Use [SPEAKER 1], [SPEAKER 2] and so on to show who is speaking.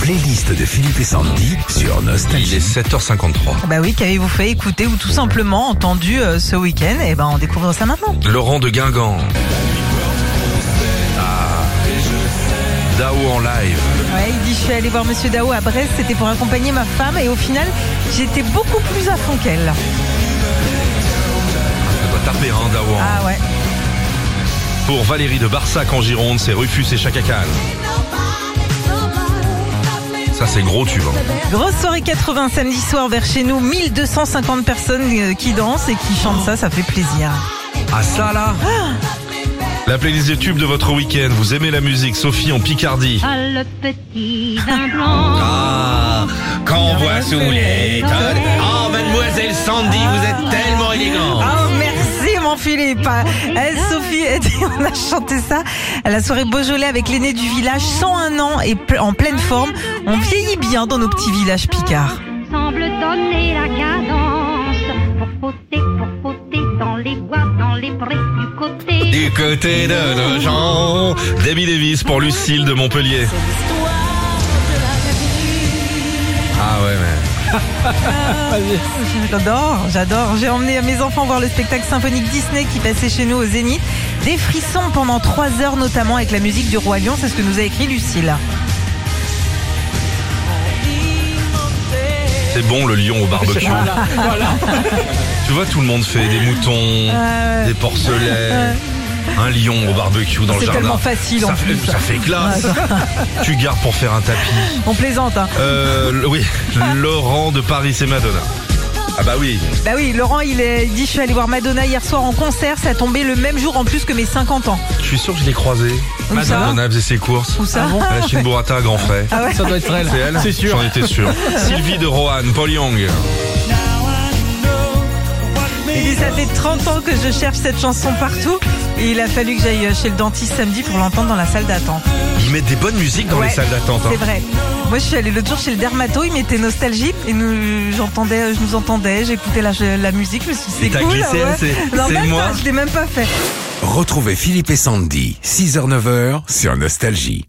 [SPEAKER 1] playlist de Philippe et Sandy sur
[SPEAKER 2] Il
[SPEAKER 1] Nostalgie.
[SPEAKER 2] est 7h53.
[SPEAKER 3] Bah oui, qu'avez-vous fait écouter ou tout simplement entendu euh, ce week-end Et ben on découvre ça maintenant.
[SPEAKER 2] Laurent de Guingamp. Ah. Dao en live.
[SPEAKER 3] Ouais, il dit je suis allé voir Monsieur Dao à Brest, c'était pour accompagner ma femme et au final j'étais beaucoup plus à fond qu'elle.
[SPEAKER 2] Ça doit taper, hein, Dao en.
[SPEAKER 3] Ah ouais.
[SPEAKER 2] Pour Valérie de Barsac en Gironde, c'est Rufus et Chaka Khan. Ça, c'est gros tube. hein.
[SPEAKER 3] Grosse soirée 80 samedi soir vers chez nous, 1250 personnes euh, qui dansent et qui chantent ça, ça fait plaisir.
[SPEAKER 2] Ah, ça, là La playlist des tubes de votre week-end. Vous aimez la musique, Sophie en Picardie.
[SPEAKER 4] Ah, le petit vin blanc.
[SPEAKER 5] Ah, quand voit sous les tonnes. Oh, mademoiselle Sandy, vous êtes tellement
[SPEAKER 2] Oh.
[SPEAKER 5] élégante.
[SPEAKER 3] Ah merci mon Philippe. Eh, Sophie, elle dit, on a chanté ça à la soirée Beaujolais avec l'aîné du village, 101 ans et ple- en pleine forme. On vieillit bien dans nos petits villages picards.
[SPEAKER 4] Semble donner la cadence. Pour côté, pour côté, dans les bois, dans les prés, du côté.
[SPEAKER 5] Du côté de nos gens.
[SPEAKER 2] Debbie Davis pour Lucille de Montpellier. Ah ouais, mais...
[SPEAKER 3] J'adore, j'adore. J'ai emmené mes enfants voir le spectacle symphonique Disney qui passait chez nous au Zénith. Des frissons pendant trois heures, notamment avec la musique du Roi Lion. C'est ce que nous a écrit Lucille.
[SPEAKER 2] C'est bon, le lion au barbecue. Tu vois, tout le monde fait des moutons,
[SPEAKER 3] Ah ouais.
[SPEAKER 2] des porcelets, un lion au barbecue dans le
[SPEAKER 3] C'est
[SPEAKER 2] jardin.
[SPEAKER 3] tellement facile,
[SPEAKER 2] ça
[SPEAKER 3] en
[SPEAKER 2] fait,
[SPEAKER 3] plus.
[SPEAKER 2] Ça fait classe. tu gardes pour faire un tapis.
[SPEAKER 3] On plaisante, hein.
[SPEAKER 2] Euh, le- oui, Laurent de Paris et Madonna. Ah bah oui,
[SPEAKER 3] Bah oui, Laurent, il, est- il dit Je suis allé voir Madonna hier soir en concert. Ça tombait le même jour en plus que mes 50 ans.
[SPEAKER 2] je suis sûr que je l'ai croisée.
[SPEAKER 3] Où ça
[SPEAKER 2] Madonna faisait ses courses.
[SPEAKER 3] Où ça
[SPEAKER 2] À la Chine Bourrata, à grand frais.
[SPEAKER 3] Ah ouais
[SPEAKER 6] Ah Ça doit être elle.
[SPEAKER 2] C'est elle
[SPEAKER 6] C'est sûr.
[SPEAKER 2] J'en étais sûr. Sylvie de Roanne, Paul Young.
[SPEAKER 3] Il dit Ça fait 30 ans que je cherche cette chanson partout. Et il a fallu que j'aille chez le dentiste samedi pour l'entendre dans la salle d'attente.
[SPEAKER 2] Ils mettent des bonnes musiques dans
[SPEAKER 3] Ouais,
[SPEAKER 2] les salles d'attente. hein.
[SPEAKER 3] C'est vrai. Moi, je suis allée l'autre jour chez le dermato, il m'était nostalgique et nous, j'entendais, je nous entendais, j'écoutais la, la musique, je me suis dit,
[SPEAKER 2] Et
[SPEAKER 3] c'est
[SPEAKER 2] t'as
[SPEAKER 3] cool.
[SPEAKER 2] glissé, hein, c'est-
[SPEAKER 3] Non,
[SPEAKER 2] c'est
[SPEAKER 3] même
[SPEAKER 2] moi.
[SPEAKER 3] pas, je l'ai même pas fait.
[SPEAKER 1] Retrouvez Philippe et Sandy, 6h-9h sur Nostalgie.